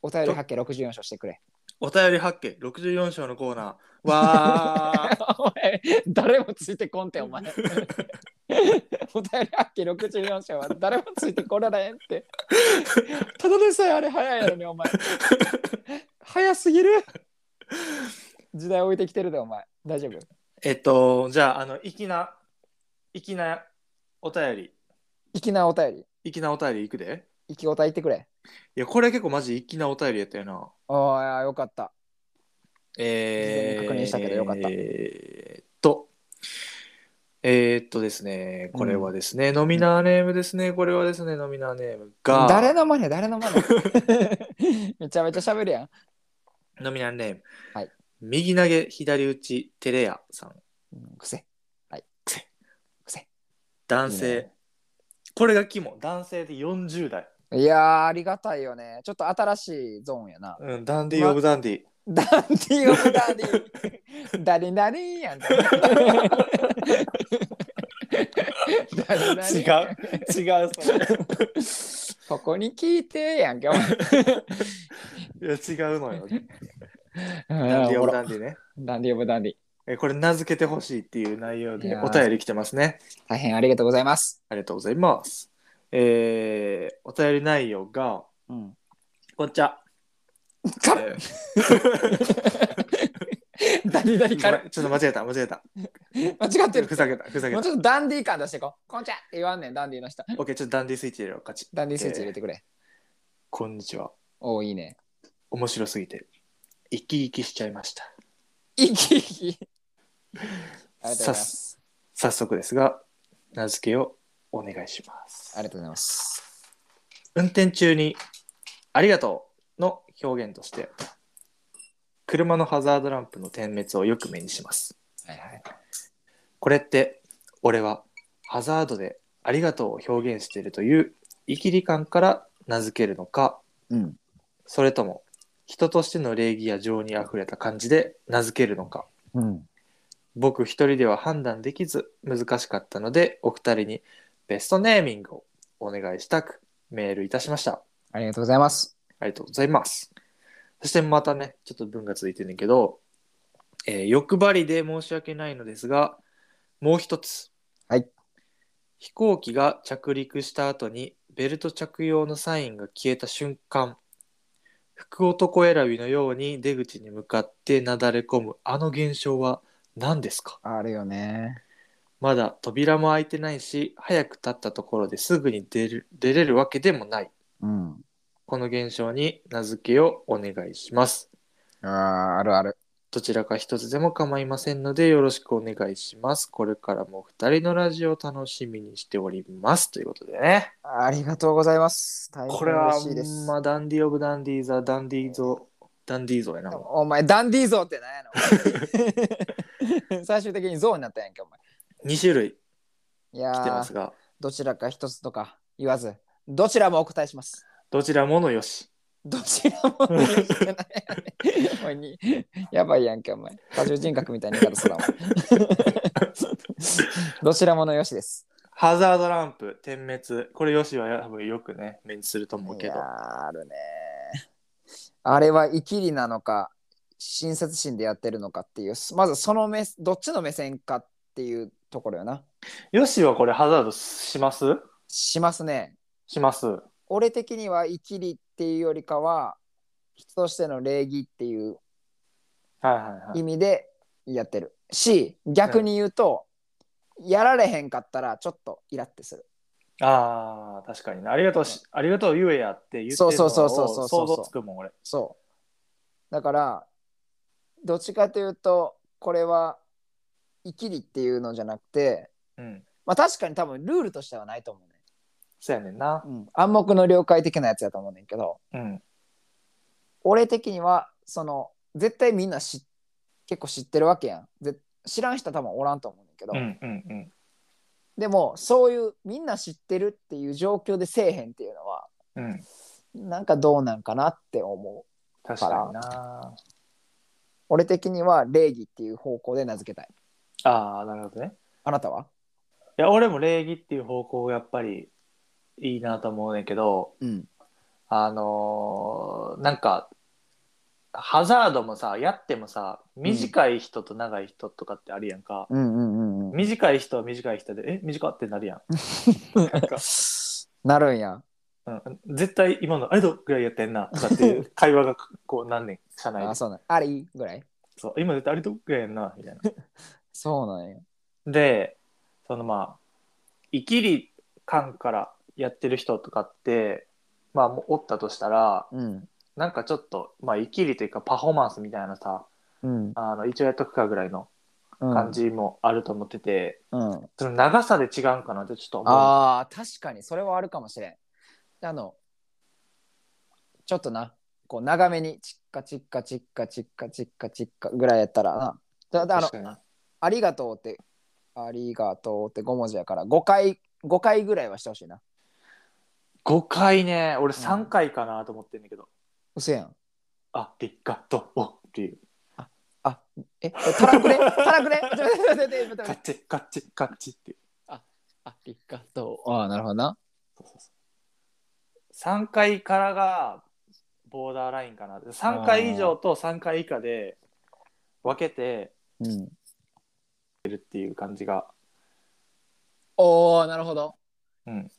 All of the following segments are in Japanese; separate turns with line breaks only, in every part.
お便り発見64勝してくれ。
お便り発見64章のコーナー。わ ー
お前誰もついてこんて、お前。 お便り発見64章は誰もついてこられんって。ただでさえあれ早いのに、お前。早すぎる。時代置いてきてるで、お前。大丈夫。
えっと、じゃあ、あの、粋な、粋なお便り、
粋なお便り。
粋なお便りいくで。
意気おた言ってくれ。
いや、これ結構マジ粋なお便りやったよな。
ああ、よかった。
えー、
事前に確認したけどよかった
えーっと、えーっとですね、これはですね、ノミナーネームですね、これはですね、ノミナーネームが、
誰の真似誰の真似 めちゃめちゃ喋るやん。
ノミナーネーム、
はい
右投げ左打ちテレアさん、
うんくせ。
男
いい
性、
ね
これが肝、男性で40代。
いやー、ありがたいよね。ちょっと新しいゾーンやな。
うん、ダンディー・オブ・ダンディー。
ダンディオブダディ。ダリダリやん。ダリダリ
違う。違うそれ
ここに聞いてやんけ。お前
いや違うのよ。ダン
う
ディー・
ん
オ
おも
ブ・
ろ
ダンディーね。
ダンディオブダディ。
えこれ名付けてほしいっていう内容
い
で
やー
お便り来てますね。
大変ありがとうございます。
ありがとうございます。えー、お便り内容が
うん。
こちら。
か
えー
ダリダリ
ご
か
め
ら
んちょっと間違えた間違えた。
間違ってる
ふ。ざけたふざけ
もう
た。
ちょっとダンディ感出していこう。こんちゃんって言わんねん、ダンディの人。
オッケーちょっとダンディースイッチ入れよう勝ち。
ダンディスイッチ入れてくれ。
こんにちは。
おお、いいね。
面白すぎて生き生きしちゃいました。
生き生き。ありがとうございます。
早速ですが名付けをお願いします。
ありがとうございます。
運転中に「ありがとう」の表現として車のハザードランプの点滅をよく目にします
はいはい。
これって俺はハザードで「ありがとう」を表現しているというイキリ感から名付けるのか
うん。
それとも人としての礼儀や情にあふれた感じで名付けるのか
うん。
僕一人では判断できず難しかったのでお二人にベストネーミングをお願いしたくメールいたしました
ありがとうございます。
ありがとうございます。そしてまたね、ちょっと文が続いてるんだけど、えー欲張りで申し訳ないのですが、もう一つ。
はい。
飛行機が着陸した後にベルト着用のサインが消えた瞬間、福男選びのように出口に向かってなだれ込むあの現象は何ですか
あるよね。
まだ扉も開いてないし、早く立ったところですぐに出る出れるわけでもない。
うん。
この現象に名付けをお願いします。
あーあるある。
どちらか一つでも構いませんのでよろしくお願いします。これからもお二人のラジオを楽しみにしております。ということでね。
ありがとうございます。大変
これは
嬉しいです。、
まあ、ダンディ・オブ・ダンディーザ・ダンディーゾ、ダンディーゾやな。
お前、ダンディー像ってなんやの最終的に像になったやんけ、お前。
2種類
いや
来てま
ー
すが、
どちらか一つとか言わず、どちらもお答えします。
どちらものよし。
どちらも言ってないやねおいに。やばいやんけ、お前。多重人格みたいな言い方するな お前どちらものよしです。
ハザードランプ、点滅。これよしは多分よくね、目にすると思う
い
け
や
ど。
ーあるね。あれはイキリなのか、親切心でやってるのかっていう、まずその目、どっちの目線かっていうところよな。
よしはこれハザードします
しますね。
します。
俺的にはイキリっていうよりかは、人としての礼儀っていう
はいはいはい。
意味でやってるし逆に言うと、やられへんかったらちょっとイラってする
ああ、確かにな。ありがとうし、ありがとう言えやって言ってるの
そう
を
そうそうそうそうそう
想像つくもん、俺。
そうだからどっちかというとこれは生きりっていうのじゃなくて
うん。
まあ確かに多分ルールとしてはないと思うね、
そうやねんな。
うん、暗黙の了解的なやつやと思うねんけど
うん。
俺的にはその絶対みんな知結構知ってるわけやんぜ知らん人は多分おらんと思うねんけど、
うんうんうん。
でもそういうみんな知ってるっていう状況でせえへんっていうのは
うん。
なんかどうなんかなって思う。
確かにな。
俺的には礼儀っていう方向で名付けたい。
ああ、なるほどね。
あなたはい
や、俺も礼儀っていう方向がやっぱりいいなと思うねんけど、
うん。
あのーなんか、ハザードもさ、やってもさ、短い人と長い人とかってあるやんか。
うんうんうんうん。
短い人は短い人で、え、短ってなるやん。なんか
なるんや。
うん、絶対今の、あれどぐらいやってんなとかっていう会話がこう何年、社内
あ、
で。
そうなん。ありぐらい
そう今絶対あれどぐらいやんな、みたいな。
そうなんや。
でそのまあイキリ感からやってる人とかってまあもうおったとしたら
うん。
なんかちょっとまあイキリというかパフォーマンスみたいなさ
うん。
あの一応やっとくかぐらいの
うん
感。じもあると思ってて、
うん。
その長さで違うんかなってちょっと思う
ああ、確かにそれはあるかもしれん。あの、ちょっとな、こう長めにチッカチッカチッカチッカチッカチッカぐらいやったらな。だだあの
確、かにな
ありがとうって、ありがとうって5文字やから、5回、5回ぐらいはしてほしいな。
5回ね俺3回かなと思ってんだけど、
うせやん。
ありがとうっていう
え、たらくれたらくれちょっと待って待って待って待
カ
って
チッカチッカチッっていう
ありがとう。ああ、なるほどな。
そうそうそう3回からがボーダーラインかな3回以上と3回以下で分けて
うん。
るっていう感じが、
おー、なるほど。
うん、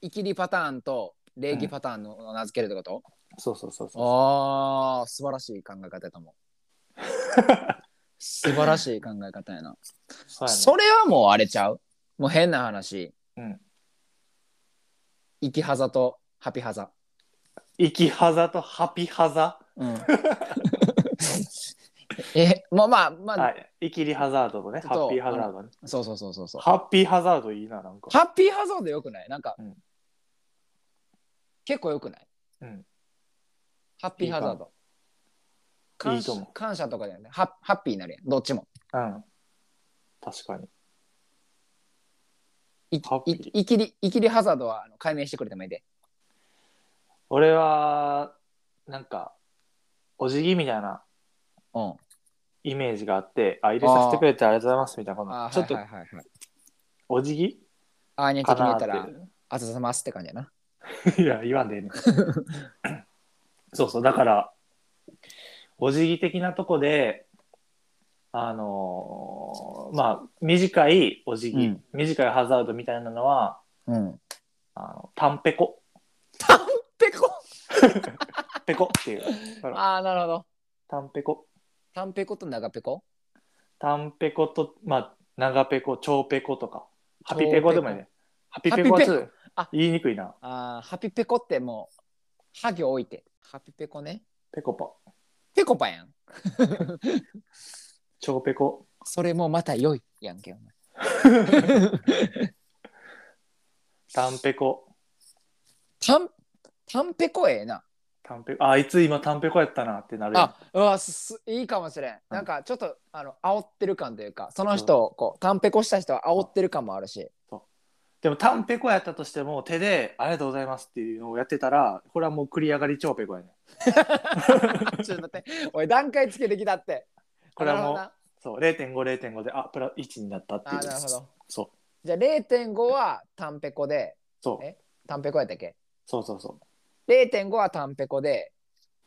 イキリパターンと礼儀パターンの名付けるってこと、
そうそうそうそ
ああ、素晴らしい考え方かも。 素晴らしい考え方やな。
うそうやね
それはもうあれちゃうもう変な話。
うん。
生きはざとハピはざ。
生きはざとハピはざ
うん。 え、まあまあまあ、
はい生きりハザードとね
そ
ハ
う
ッピーハザードね
そうそうそうそうそう。
ハッピーハザードいいななんか
ハッピーハザードよくないなんか、
うん
結構よくない
うん
ハッピーハザード。感
いいと
謝
思う
感謝とかじゃないハッハッピーになるやん。どっちも。
うん確かに
い
ハッピ
い
ー
いきりいきりハザードはあの解明してくれてもいいで。
俺はなんかお辞儀みたいな
うん。
イメージがあってあ入れさせてくれてありがとうございますみたいなこ
あ
の
ー
ちょっと
はいはいはいはい、
お辞儀
あーにゃ
か
的に言
な
っ
って
たら、あざさますって感じやな。
いや、言わんでええ ねんそうそう、だから、お辞儀的なとこで、あのーまあ、短いお辞儀、
うん
短いハザードみたいなのは、
うん。
あの、短ペコ、
ペコ
ペコっていう、
ああ、なるほど。
短ペコ、
短ペコと長ペコ
短ペコと、まあ、長ペコ、長ペコとか、ハピペコでもいいね。ハピペコはちょっと
あ
言いにくいな。
あーハピペコってもう、ハ行置いて。ハピペコね。
ペコパ、
ペコパやん。
長ペコ、
それもまた良いやんけ、お前。
短ペコ、
短短ペコええな。
短ペコ、あ、いつ今短ペコやったなってなるやん
あ、うわすすいいかもしれん。なんかちょっとあの煽ってる感というか、その人をこう短ペコした人は煽ってる感もあるし。
でも、タンペコやったとしても、手で、ありがとうございますっていうのをやってたら、これはもう繰り上がり超ペコやね。
ちょっと待って、おい、段階つけてきたって。
これはも
なる
う、そう、0.5、0.5で、あ、プラ1になったって
ほど
い
な。あ
う。
ーなるほど。
そう、
じゃあ0.5は単ペコで、
そう
え、単ペコやったっけ
そうそうそう。
?0.5 は単ペコで、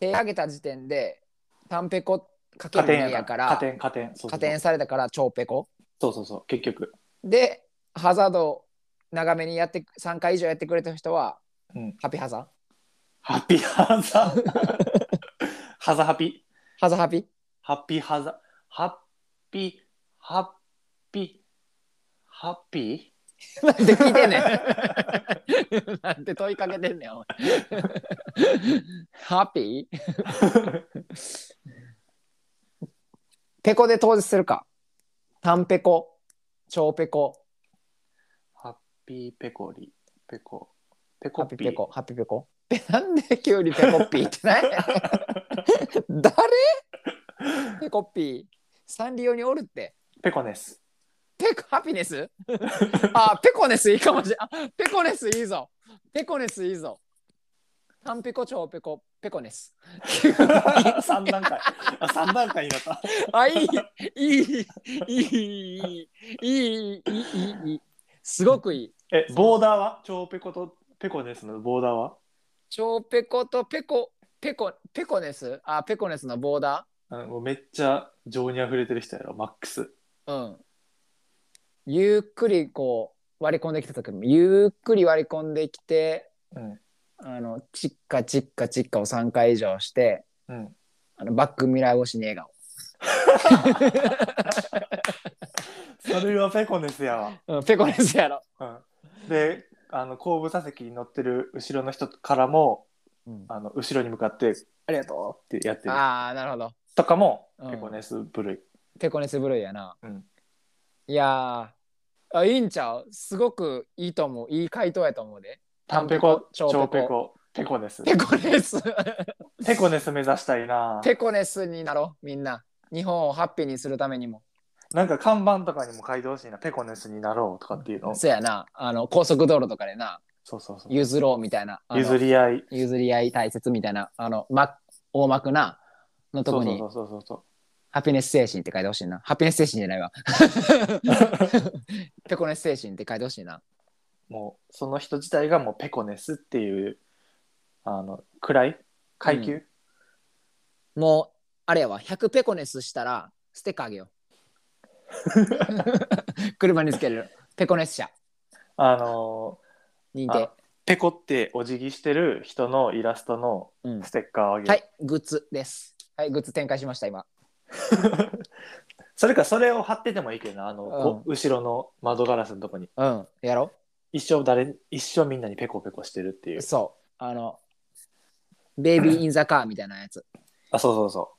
手上げた時点で単ペコかけ
加
る
点
2
や
や
か。
からら、
加点、加点。そうそ
加
う
点されたから超ペコ。
そうそうそう、結局。
で、ハザード長めにやって、3回以上やってくれた人は、
うん
ハピハザ
ハッピーハザ。ハザハピ。
ハザハピ
ハッピーハザ。ハッピー、ハッピー、ハッピ
なんて聞いてんねん。
ー
なんて問いかけてんねん、お前ハッピーペコで当日するか。単ペコ、超ペコ、
ハッピーペコリ。ペコ。ペ
ハ
コ
ッピ
ピ
ーペコ、ハッピーペコ。えなんで急にペコッピーって何 やねん誰ペコッピー。サンリオにおるって。
ペコです。
ペコハピネスあ、ペコネスいいかもしれん。あペコネスいいぞ。ペコネスいいぞ。タンペコチョウペコペコネス。
三段階。あ、三段階になった。
あ、いい、いい、いい、いい、いい、いい、いい、すごくいい。
え、ボーダーは超ペコとペコですのボーダーは
チョウペコとペコ、ペコ、ペコネスあ、ペコネスのボーダ
あのもうめっちゃ情に溢れてる人やろ、マックス。
ーうん。ゆっくりこう割り込んできた時も、ゆっくり割り込んできて、
うん
あの、チッカチッカチッカを3回以上して、
うん。
あのバックミラー越しに笑顔。
それはペコネスやわ。
うん、ペコネスやろ。
うん、で、あの後部座席に乗ってる後ろの人からも、
うん
あの後ろに向かって、ありがとうってやってる。
ああ、なるほど。
とかも、
うん
ペコネス部類。
ペコネスブルーやな。
うん
いやーあ、いいんちゃうすごくいいと思う。いい回答やと思うで。
タンペコ、
超
超
ペコ
ペコ、ペコネス。
ペコネ ス。
ペコネス目指したいな。
ペコネスになろう、みんな。日本をハッピーにするためにも。
なんか看板とかにも書いてほしいな。ペコネスになろうとかっていうの。
そうやな。あの、高速道路とかでな、
そうそうそう。
譲ろうみたいな。あの
譲り合い。
譲り合い大切みたいな、あの、ま、大幕な、のと
そ
こ
う
に。
そうそうそうそう。
ハピネス精神って書いてほしいな。ハピネス精神じゃない わ。ペコネス精神って書いてほしいな。
もうその人自体がもうペコネスっていうあの位階級、
もう、あれやわ、100ペコネスしたら、ステッカーあげ よう。車につける。ペコネス社、
あの
認
ー
定
あ。ペコってお辞儀してる人のイラストの
うん
ステッカーをあげる、
はい、グッズです。はい、グッズ展開しました、今。
それかそれを貼っててもいいけどなあの、
うん
こ後ろの窓ガラスのとこに
うん、やろ
一生誰一生みんなにペコペコしてるっていう
そう。あの、ベイビー・イン・ザ・カーみたいなやつ。
あそうそうそ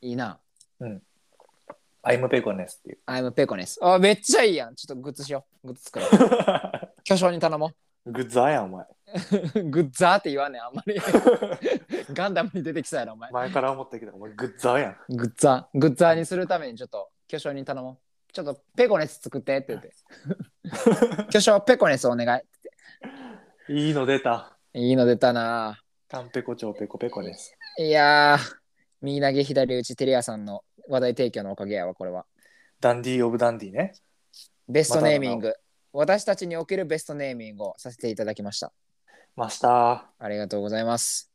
いいな。
う「アイムペコネス」っていう
アイムペコネス。あ、めっちゃいいやん。ちょっとグッズしよう。グッズ作ろう。巨匠に頼も
グッズあやんお前
う。 グッザーって言わねえ、あんま り。ガンダムに出てきそうやな、お前。
前から思ったけどお前グッズあやん
グッザー、グッザーにするためにちょっと巨匠に頼もう。ちょっとペコネス作ってって言 って。巨匠ペコネスお願い。
いいの出た
いいの出たな
タンペコ超ペコペコネス
ぁいやー、右投げ左打ちテレアさんの話題提供のおかげやわ、これは。
ダンディー・オブ・ダンディーね
ベストネーミング。私たちにおけるベストネーミングをさせていただきました。
ました
ありがとうございます。